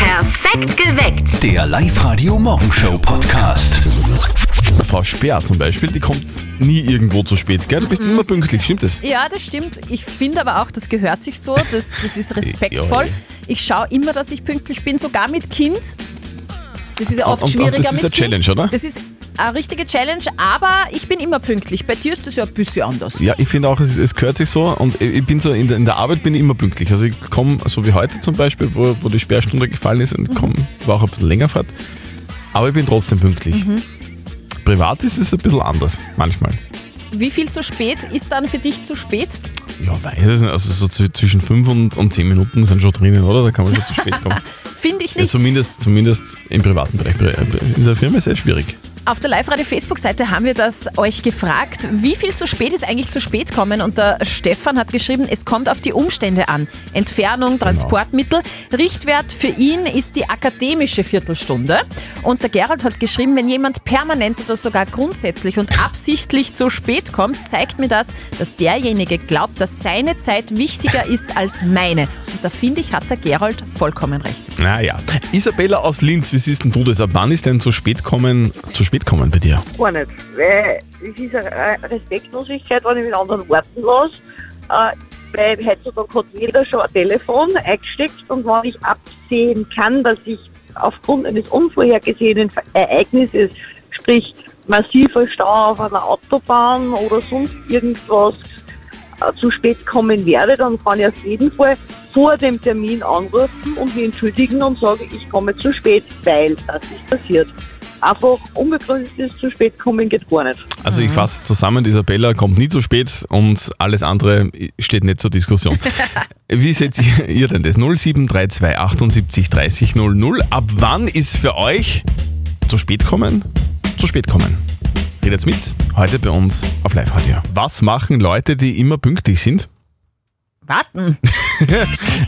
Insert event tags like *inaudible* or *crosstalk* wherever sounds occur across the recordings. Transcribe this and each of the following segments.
Perfekt geweckt. Der Live-Radio Morgenshow Podcast. Frau Speer zum Beispiel, die kommt nie irgendwo zu spät, gell? Du bist immer pünktlich, stimmt das? Ja, das stimmt. Ich finde aber auch, das gehört sich so. Das, das ist respektvoll. *laughs* Ja, Ich schaue immer, dass ich pünktlich bin, sogar mit Kind. Das ist ja oft Und- und- und schwieriger das ist mit eine Kind. Challenge, oder? Das ist eine richtige Challenge, aber ich bin immer pünktlich. Bei dir ist das ja ein bisschen anders. Ja, ich finde auch, es, es gehört sich so und ich bin so, in der, in der Arbeit bin ich immer pünktlich. Also ich komme, so wie heute zum Beispiel, wo, wo die Sperrstunde gefallen ist und komm, war auch ein bisschen länger Fahrt, aber ich bin trotzdem pünktlich. Privat ist es ein bisschen anders, manchmal. Wie viel zu spät ist dann für dich zu spät? Ja, weiß es nicht, also so zw- zwischen 5 und, und 10 Minuten sind schon drinnen, oder? Da kann man schon zu spät kommen. Finde ich ja, nicht. zumindest, zumindest im privaten Bereich. In der Firma ist es schwierig. Auf der Live-Radio-Facebook-Seite haben wir das euch gefragt, wie viel zu spät ist eigentlich zu spät kommen? Und der Stefan hat geschrieben, es kommt auf die Umstände an. Entfernung, Transportmittel. Richtwert für ihn ist die akademische Viertelstunde. Und der Gerald hat geschrieben, wenn jemand permanent oder sogar grundsätzlich und absichtlich zu spät kommt, zeigt mir das, dass derjenige glaubt, dass seine Zeit wichtiger ist als meine. Und da finde ich, hat der Gerald vollkommen recht. Naja. Isabella aus Linz, wie siehst denn du das? Ab wann ist denn zu spät kommen, zu spät kommen bei dir? gar nicht. Weil es ist eine Respektlosigkeit, wenn ich mit anderen warten lasse. Äh, weil heutzutage hat jeder schon ein Telefon eingesteckt und wenn ich absehen kann, dass ich aufgrund eines unvorhergesehenen Ver- Ereignisses, sprich massiver Stau auf einer Autobahn oder sonst irgendwas, äh, zu spät kommen werde, dann kann ich auf jeden Fall vor dem Termin anrufen und mich entschuldigen und sagen, ich komme zu spät, weil das ist passiert. Einfach unbegründetes zu spät kommen geht gar nicht. Also ich fasse zusammen, die Isabella kommt nie zu spät und alles andere steht nicht zur Diskussion. Wie seht ihr- ihr denn das? 0732 78 30 00. Ab wann ist für euch zu spät kommen? Zu spät kommen. Redet's mit, heute bei uns auf Live-Radio. Was machen Leute, die immer pünktlich sind? Warten. *laughs*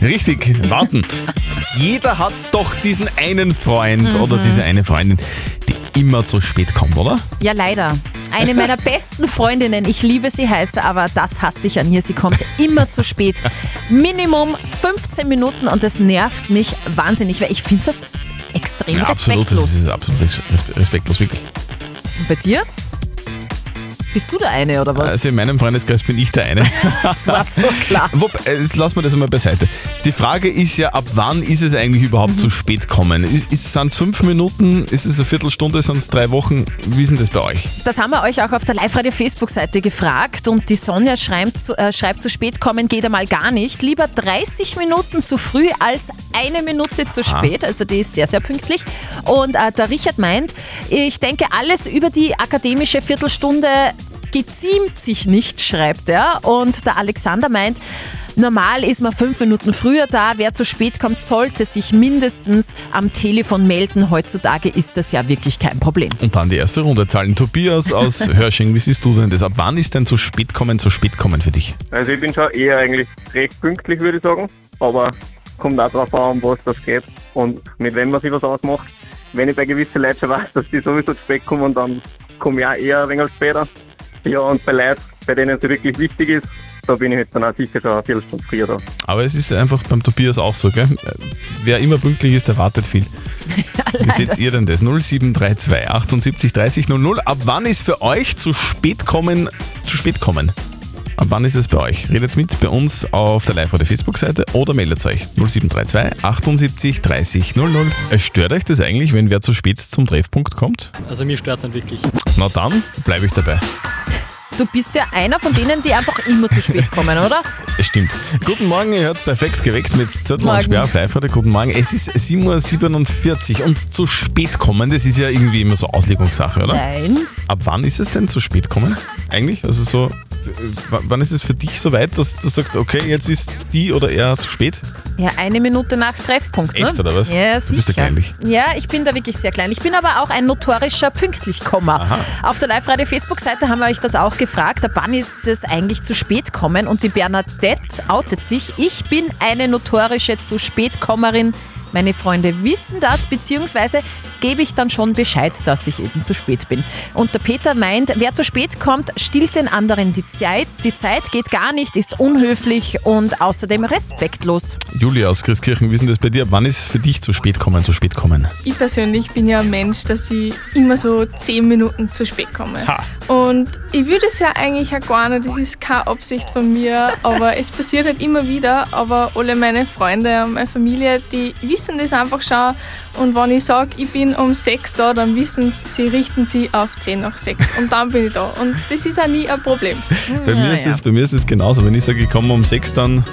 Richtig, warten. Jeder hat doch diesen einen Freund oder diese eine Freundin, die immer zu spät kommt, oder? Ja, leider. Eine meiner besten Freundinnen, ich liebe sie heiß, aber das hasse ich an ihr. Sie kommt immer zu spät. Minimum 15 Minuten und das nervt mich wahnsinnig, weil ich finde das extrem absolut. Das respektlos. ist absolut res- respektlos, wirklich. Und bei dir? Bist du der eine oder was? Also in meinem Freundeskreis bin ich der eine. *laughs* Das war so klar. Wupp, äh, jetzt lassen wir das einmal beiseite. Die Frage ist ja, ab wann ist es eigentlich überhaupt zu spät kommen? Sind es fünf Minuten? Ist es eine Viertelstunde? Sind es drei Wochen? Wie ist denn das bei euch? Das haben wir euch auch auf der Live-Radio-Facebook-Seite gefragt und die Sonja schreibt, zu- äh, schreibt, zu spät kommen geht einmal gar nicht. Lieber 30 Minuten zu früh als eine Minute zu spät. Also die ist sehr, sehr pünktlich. Und äh, der Richard meint, ich denke, alles über die akademische Viertelstunde geziemt sich nicht, schreibt er. Und der Alexander meint, normal ist man fünf Minuten früher da. Wer zu spät kommt, sollte sich mindestens am Telefon melden. Heutzutage ist das ja wirklich kein Problem. Und dann die erste Runde. Zahlen Tobias *laughs* aus Hörsching, wie siehst du denn das? Ab wann ist denn zu spät kommen, zu spät kommen für dich? Also ich bin schon eher eigentlich recht pünktlich, würde ich sagen. Aber kommt auch drauf an, was das geht und mit wem man sich was ausmacht. Wenn ich bei gewissen Leuten schon weiß, dass die sowieso zu spät kommen, dann komme ich auch eher ein wenig später. Ja, und bei Leuten, bei denen es wirklich wichtig ist, da bin ich jetzt dann auch sicher schon eine Viertelstunde früher da. Aber es ist einfach beim Tobias auch so, gell? Wer immer pünktlich ist, erwartet viel. Wie seht ihr denn das? 0732 78 30 00. Ab wann ist für euch zu spät kommen, zu spät kommen? Ab wann ist es bei euch? Redet mit bei uns auf der Live- oder Facebook-Seite oder meldet euch 0732 78 30 00. Es stört euch das eigentlich, wenn wer zu spät zum Treffpunkt kommt? Also mir stört es nicht wirklich. Na dann bleibe ich dabei. Du bist ja einer von denen, die einfach immer zu spät kommen, oder? Es stimmt. Guten Morgen, ihr hört's perfekt geweckt mit Zettel Morgen. und Sperr auf live heute. Guten Morgen. Es ist 7.47 Uhr und zu spät kommen, das ist ja irgendwie immer so Auslegungssache, oder? Nein. Ab wann ist es denn zu spät kommen? Eigentlich? Also so, w- w- wann ist es für dich so weit, dass du sagst, okay, jetzt ist die oder er zu spät? Ja, eine Minute nach Treffpunkt, ne? Echt, oder was? Ja, Du bist ja sicher. kleinlich. Ja, ich bin da wirklich sehr klein. Ich bin aber auch ein notorischer Pünktlichkommer. Auf der Live-Radio-Facebook-Seite haben wir euch das auch gefragt, ab wann ist es eigentlich zu spät kommen? Und die Bernadette outet sich, ich bin eine notorische zu spät Kommerin. meine Freunde wissen das, beziehungsweise gebe ich dann schon Bescheid, dass ich eben zu spät bin. Und der Peter meint, wer zu spät kommt, stillt den anderen die Zeit. Die Zeit geht gar nicht, ist unhöflich und außerdem respektlos. Julia aus Christkirchen, wie ist denn das bei dir? Wann ist für dich zu spät kommen, zu spät kommen? Ich persönlich bin ja ein Mensch, dass ich immer so 10 Minuten zu spät komme. Ha. Und ich würde es ja eigentlich auch gar nicht, das ist keine Absicht von mir, aber es passiert halt immer wieder. Aber alle meine Freunde und meine Familie, die wissen das einfach schon. Und wenn ich sage, ich bin um 6 da, dann wissen sie, sie richten sie auf 10 nach 6. Und dann bin ich da. Und das ist auch nie ein Problem. Bei mir, Hm, Ja, ist ja. es, bei mir ist es genauso. Wenn ich sage, ich komme um sechs, dann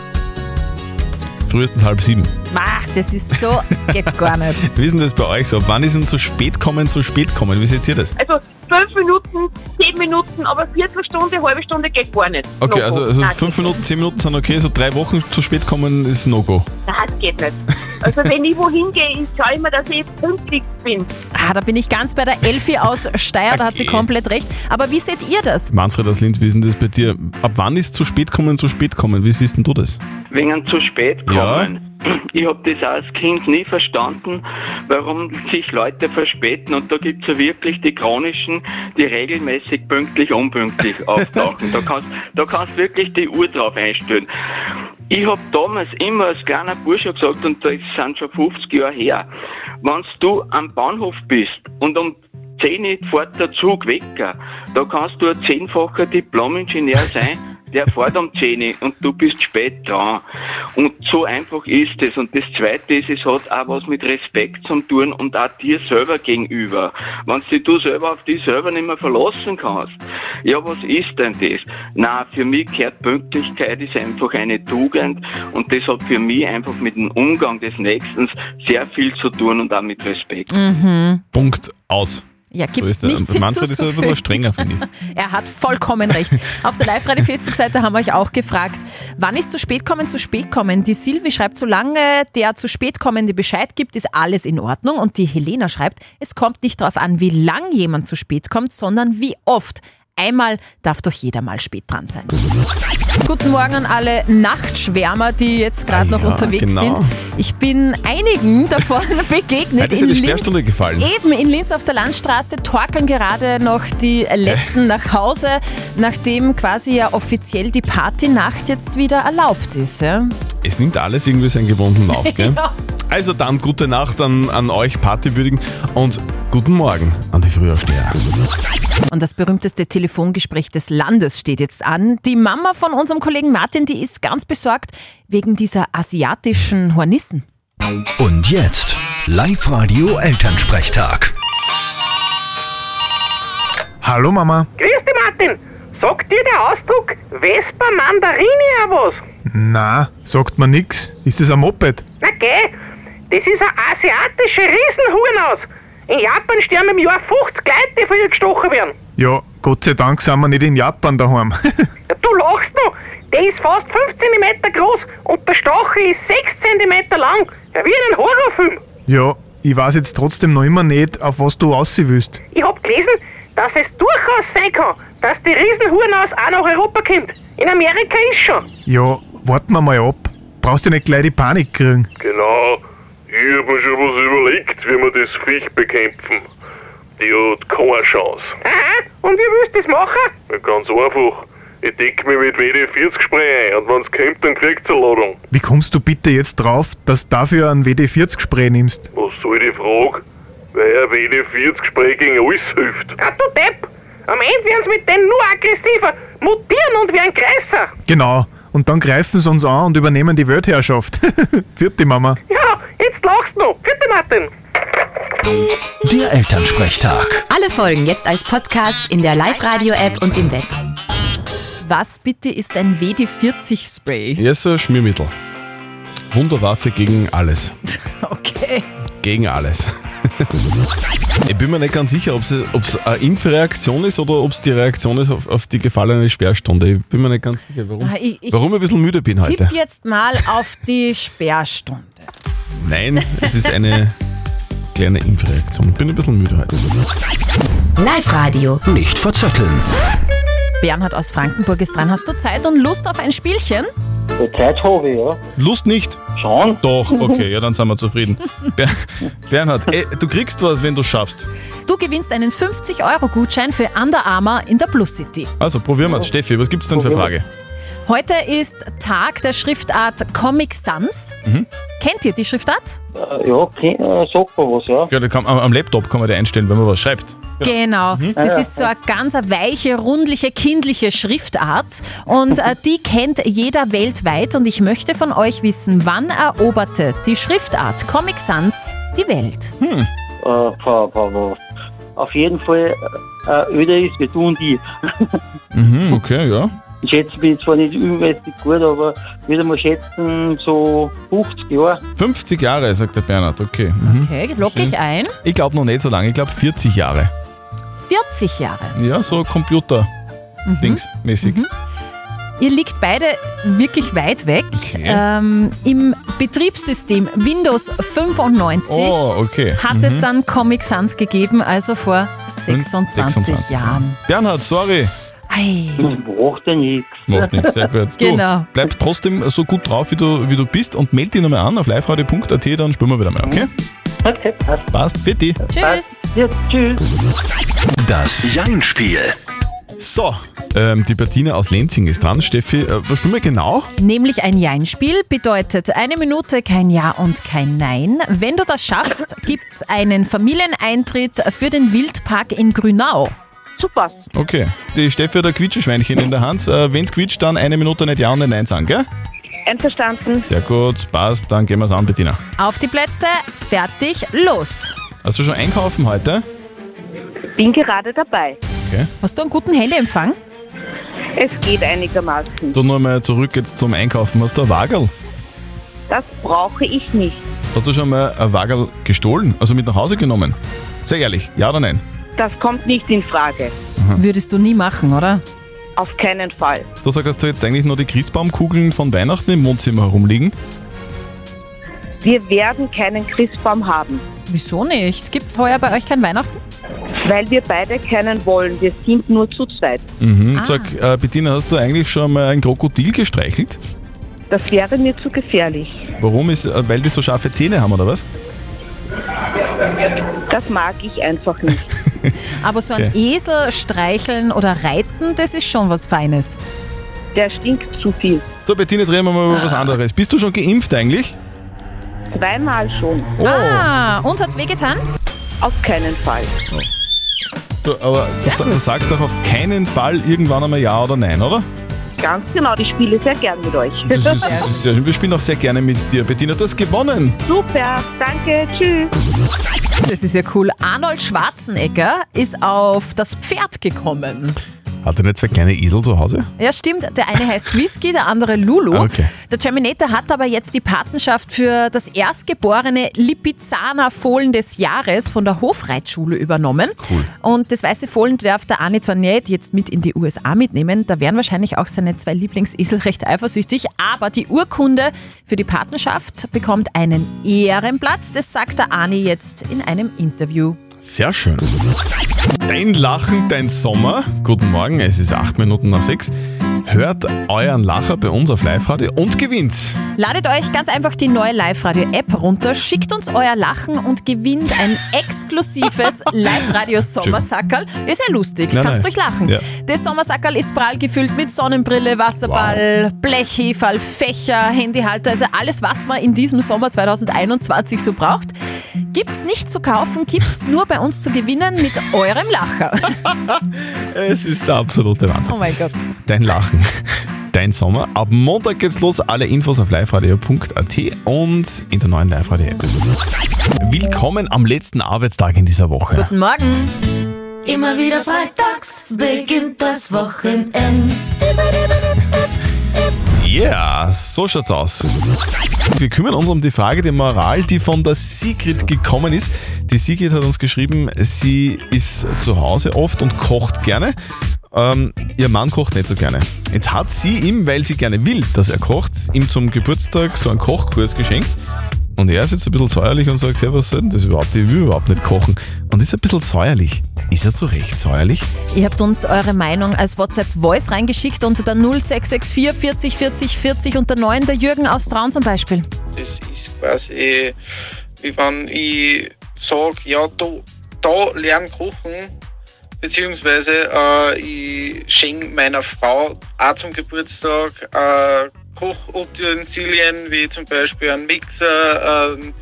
frühestens halb sieben. Mach, das ist so, geht gar nicht. Wie ist denn das bei euch so? Ab wann ist denn zu spät kommen, zu spät kommen? Wie seht ihr das? Also fünf Minuten, zehn Minuten, aber Viertelstunde, halbe Stunde geht gar nicht. Okay, No-go. also, also Nein, fünf geht Minuten, zehn Minuten sind okay, so drei Wochen zu spät kommen ist No-Go. nicht. Nein, das geht nicht. Also wenn ich wohin gehe, ich schaue immer, dass ich pünktlich bin. Ah, da bin ich ganz bei der Elfi aus Steyr, da hat sie Okay. komplett recht. Aber wie seht ihr das? Manfred aus Linz, wie ist denn das bei dir? Ab wann ist zu spät kommen, zu spät kommen? Wie siehst denn du das? wegen zu spät Ja. kommen. Ich habe das als Kind nie verstanden, warum sich Leute verspäten. Und da gibt's ja wirklich die chronischen, die regelmäßig pünktlich, unpünktlich auftauchen. Da kannst da kannst wirklich die Uhr drauf einstellen. Ich habe damals immer als kleiner Bursche gesagt, und das sind schon 50 Jahre her, wenn du am Bahnhof bist und um 10 Uhr fährt der Zug weg, da kannst du ein zehnfacher Diplomingenieur sein, der fährt um 10 Uhr und du bist spät dran. Und so einfach ist es. Und das Zweite ist, es hat auch was mit Respekt zu tun und auch dir selber gegenüber. Wenn dich du selber auf dich selber nicht mehr verlassen kannst, ja, was ist denn das? Na, für mich gehört Pünktlichkeit ist einfach eine Tugend und das hat für mich einfach mit dem Umgang des Nächsten sehr viel zu tun und auch mit Respekt. Punkt aus. Ja, So gibt es ist der. nichts Der Manfred ist ein bisschen hinzuzufügen. strenger, finde *laughs* ich. Er hat vollkommen recht. Auf der Live-Radio-Facebook-Seite haben wir euch auch gefragt, wann ist zu spät kommen, zu spät kommen? Die Silvi schreibt, solange der zu spät kommende Bescheid gibt, ist alles in Ordnung. Und die Helena schreibt, es kommt nicht darauf an, wie lang jemand zu spät kommt, sondern wie oft. Einmal darf doch jeder mal spät dran sein. Guten Morgen an alle Nachtschwärmer, die jetzt gerade noch Ja, unterwegs genau. sind. Ich bin einigen davon *laughs* begegnet Heute ist in ja die Linz. Sperrstunde gefallen. Eben in Linz auf der Landstraße torkeln gerade noch die letzten nach Hause, nachdem quasi ja offiziell die Partynacht jetzt wieder erlaubt ist. Ja? Es nimmt alles irgendwie seinen gewohnten Lauf, *laughs* gell? Also dann gute Nacht an, an euch Partywürdigen und guten Morgen an die Frühaufsteher. Und das berühmteste Telefongespräch des Landes steht jetzt an. Die Mama von unserem Kollegen Martin, die ist ganz besorgt wegen dieser asiatischen Hornissen. Und jetzt Live-Radio Elternsprechtag. Hallo Mama. Grüß dich, Martin. Sagt dir der Ausdruck Vespa Mandarine auch was? Na, sagt man nix. Ist das ein Moped? Na geh, das ist eine asiatische Riesenhurnaus. In Japan sterben im Jahr 50 Leute, die von ihr gestochen werden. Ja, Gott sei Dank sind wir nicht in Japan daheim. *laughs* Ja, Du lachst noch. Der ist fast 5 cm groß und der Stachel ist 6 cm lang. Ja, wie in einem Horrorfilm. ja, ich weiß jetzt trotzdem noch immer nicht, auf was du aussehen willst. Ich hab gelesen, dass es durchaus sein kann, dass die Riesenhurnaus auch nach Europa kommt. In Amerika ist schon. Ja, warten wir mal ab. Brauchst du nicht gleich die Panik kriegen. Genau. Ich hab mir schon was überlegt, wie wir das Viech bekämpfen. Die hat keine Chance. Aha, und wie willst du das machen? Ganz einfach. Ich deck mich mit WD-40 Spray ein und wenn's kommt, dann kriegt's eine Ladung. Wie kommst du bitte jetzt drauf, dass du dafür ein WD-40-Spray nimmst? Was soll die Frage? Weil ein WD-40 Spray gegen alles hilft. Ja, du Depp! Am Ende werden sie mit denen nur aggressiver, mutieren und werden größer. Genau. Und dann greifen sie uns an und übernehmen die Weltherrschaft. *laughs* Vierte Mama. Ja, jetzt lachst du noch. Bitte, Martin. Der Elternsprechtag. Alle Folgen jetzt als Podcast in der Live-Radio-App und im Web. Was bitte ist ein WD-40-Spray? Hier ist ein Schmiermittel. Wunderwaffe gegen alles. Okay. Gegen alles. Ich bin mir nicht ganz sicher, ob es eine Impfreaktion ist oder ob es die Reaktion ist auf, auf die gefallene Sperrstunde. Ich bin mir nicht ganz sicher, warum, Ah, ich- ich- warum ich ein bisschen müde bin heute. Tipp jetzt mal auf die Sperrstunde. Nein, es ist eine kleine Impfreaktion. Ich bin ein bisschen müde heute. Live-Radio. Nicht verzetteln. Bernhard aus Frankenburg ist dran. Hast du Zeit und Lust auf ein Spielchen? Die Zeit habe ich, ja. Lust nicht? Schon. Doch, okay, ja, dann sind wir *laughs* zufrieden. Ber Bernhard, ey, du kriegst was, wenn du schaffst. Du gewinnst einen 50-Euro-Gutschein für Under Armour in der Plus City. Also probieren wir's. Steffi, was gibt's denn für Frage? Heute ist Tag der Schriftart Comic Sans. Mhm. Kennt ihr die Schriftart? Äh, Ja, okay, äh, sagt man was, ja. Ja, da kann, am, am Laptop kann man die einstellen, wenn man was schreibt. Genau. Mhm. Das Ah, ja. ist so eine ganz eine weiche, rundliche, kindliche Schriftart. Und äh, die kennt jeder weltweit. Und ich möchte von euch wissen, wann eroberte die Schriftart Comic Sans die Welt? Hm. Äh, pa, pa, pa. Auf jeden Fall äh, öder ist wie du und ich. Mhm, okay, ja. *laughs* Ich schätze mich zwar nicht übermäßig gut, aber würde mal schätzen, so 50 Jahre. 50 Jahre, sagt der Bernhard, okay. Mhm. Okay, lock ich ein. Ich glaube noch nicht so lange, ich glaube 40 Jahre. 40 Jahre. Ja, so Computer-Dings-mäßig. Ihr liegt beide wirklich weit weg. Okay. Ähm, Im Betriebssystem Windows 95 Oh, okay. hat Mhm. es dann Comic Sans gegeben, also vor 26, Jahren. Bernhard, sorry. Ei. Macht ja nichts. Macht nichts, sehr gut. Du, Genau. Bleib trotzdem so gut drauf, wie du, wie du bist und melde dich nochmal an auf liveradio.at, dann spüren wir wieder mal, okay? Okay, passt. Passt, bitte. Tschüss. Ja, tschüss. Das Jein-Spiel. So, ähm, die Bettina aus Lenzing ist dran. Steffi, äh, was spielen wir genau? Nämlich ein Jein-Spiel bedeutet eine Minute kein Ja und kein Nein. Wenn du das *laughs* schaffst, gibt's einen Familieneintritt für den Wildpark in Grünau. Super. Okay, die Steffi hat ein Quietscheschweinchen in der Hand. Äh, Wenn es quietscht, dann eine Minute nicht Ja und nicht Nein sagen, gell? Einverstanden. Sehr gut, passt, dann gehen wir es an, Bettina. Auf die Plätze, fertig, los. Hast du schon einkaufen heute? Bin gerade dabei. Okay. Hast du einen guten Handyempfang? Es geht einigermaßen. Du nur mal zurück jetzt zum Einkaufen. Hast du ein Wagel? Das brauche ich nicht. Hast du schon mal ein Wagel gestohlen? Also mit nach Hause genommen? Sehr ehrlich, ja oder nein? Das kommt nicht in Frage. Hm. Würdest du nie machen, oder? Auf keinen Fall. Da sagst du hast jetzt eigentlich nur die Christbaumkugeln von Weihnachten im Wohnzimmer herumliegen. Wir werden keinen Christbaum haben, Wieso nicht? Gibt's heuer bei euch kein Weihnachten? weil wir beide keinen wollen. Wir sind nur zu zweit. Mhm. Sag, äh, Bettina, hast du eigentlich schon mal ein Krokodil gestreichelt? Das wäre mir zu gefährlich. Warum ist, äh, weil die so scharfe Zähne haben oder was? Das mag ich einfach nicht. Aber so ein Okay. Esel streicheln oder reiten, das ist schon was Feines. Der stinkt zu viel. So, Bettina, jetzt reden wir mal über was anderes. Bist du schon geimpft eigentlich? Zweimal schon. Oh. Ah, und hat's wehgetan? Auf keinen Fall. Du, aber du, sa- du sagst doch auf keinen Fall irgendwann einmal Ja oder Nein, oder? Ganz genau, ich spiele sehr gern mit euch. *laughs* Das ist, das ist sehr schön. Wir spielen auch sehr gerne mit dir, Bettina. Du hast gewonnen. Super, danke, tschüss. Das ist ja cool. Arnold Schwarzenegger ist auf das Pferd gekommen. Hat er nicht zwei kleine Esel zu Hause? Ja, stimmt. Der eine heißt Whisky, der andere Lulu. Okay. Der Terminator hat aber jetzt die Patenschaft für das erstgeborene Lipizzaner Fohlen des Jahres von der Hofreitschule übernommen. Cool. Und das weiße Fohlen darf der Arne zwar nicht jetzt mit in die USA mitnehmen, da wären wahrscheinlich auch seine zwei Lieblingsesel recht eifersüchtig, aber die Urkunde für die Patenschaft bekommt einen Ehrenplatz. Das sagt der Arne jetzt in einem Interview. Sehr schön. Dein Lachen, dein Sommer. Guten Morgen, es ist acht Minuten nach sechs. Hört euren Lacher bei uns auf Live-Radio und gewinnt. Ladet euch ganz einfach die neue Live-Radio-App runter, schickt uns euer Lachen und gewinnt ein exklusives Live-Radio-Sommersackerl. Ist ja lustig, Nein, kannst nein. ruhig lachen. Ja. Das Sommersackerl ist prall gefüllt mit Sonnenbrille, Wasserball, Blechheferl, Fächer, Handyhalter, also alles, was man in diesem Sommer 2021 so braucht. Gibt's nicht zu kaufen, gibt's nur bei uns zu gewinnen mit eurem Lacher. Es ist der absolute Wahnsinn. oh mein Gott. Dein Lachen, dein Sommer. Ab Montag geht's los. Alle Infos auf liveradio.at und in der neuen Live-Radio-App. Willkommen am letzten Arbeitstag in dieser Woche. Guten Morgen. Immer wieder freitags beginnt das Wochenende. Ja, so schaut's aus. Wir kümmern uns um die Frage der Moral, die von der Sigrid gekommen ist. Die Sigrid hat uns geschrieben, sie ist zu Hause oft und kocht gerne. Ähm, ihr Mann kocht nicht so gerne. Jetzt hat sie ihm, weil sie gerne will, dass er kocht, ihm zum Geburtstag so einen Kochkurs geschenkt. Und er ist jetzt ein bisschen säuerlich und sagt, hey, was soll denn das überhaupt? Ich will überhaupt nicht kochen. Und ist ein bisschen säuerlich. Ist er zu Recht säuerlich? Ihr habt uns eure Meinung als WhatsApp-Voice reingeschickt unter der 0664 40 40 40 und der 9, der Jürgen aus Traun zum Beispiel. Das ist quasi, wie wenn ich sage, ja, da, da lern kochen, beziehungsweise äh, ich schenke meiner Frau auch zum Geburtstag äh, Kochutensilien, wie zum Beispiel einen Mixer, ähm,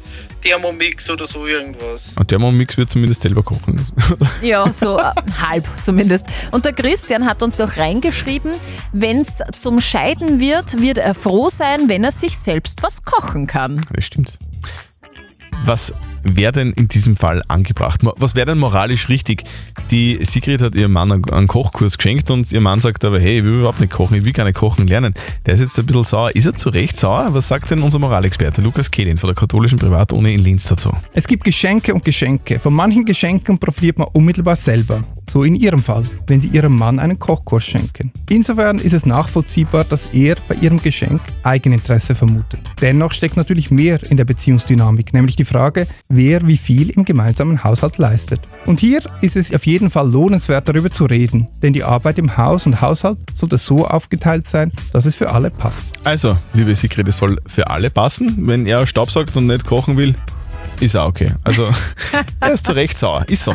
Thermomix oder so irgendwas. Ein Thermomix wird zumindest selber kochen. *laughs* Ja, so äh, *laughs* halb zumindest. Und der Christian hat uns noch reingeschrieben, wenn es zum Scheiden wird, wird er froh sein, wenn er sich selbst was kochen kann. Das stimmt. Was wäre denn in diesem Fall angebracht? Mo- Was wäre denn moralisch richtig? Die Sigrid hat ihrem Mann einen- einen Kochkurs geschenkt und ihr Mann sagt aber, hey, ich will überhaupt nicht kochen, ich will gar nicht kochen lernen. Der ist jetzt ein bisschen sauer. Ist er zu Recht sauer? Was sagt denn unser Moralexperte Lukas Kehlin von der katholischen Privatuni in Linz dazu? Es gibt Geschenke und Geschenke. Von manchen Geschenken profitiert man unmittelbar selber. So in Ihrem Fall, wenn Sie Ihrem Mann einen Kochkurs schenken. Insofern ist es nachvollziehbar, dass er bei Ihrem Geschenk Eigeninteresse vermutet. Dennoch steckt natürlich mehr in der Beziehungsdynamik, nämlich die Frage, wer wie viel im gemeinsamen Haushalt leistet. Und hier ist es auf jeden Fall lohnenswert, darüber zu reden, denn die Arbeit im Haus und Haushalt sollte so aufgeteilt sein, dass es für alle passt. Also, liebe Sigrid, es soll für alle passen. Wenn er Staubsaugt und nicht kochen will, ist auch okay. Also, *laughs* er ist zu Recht sauer. Ist so.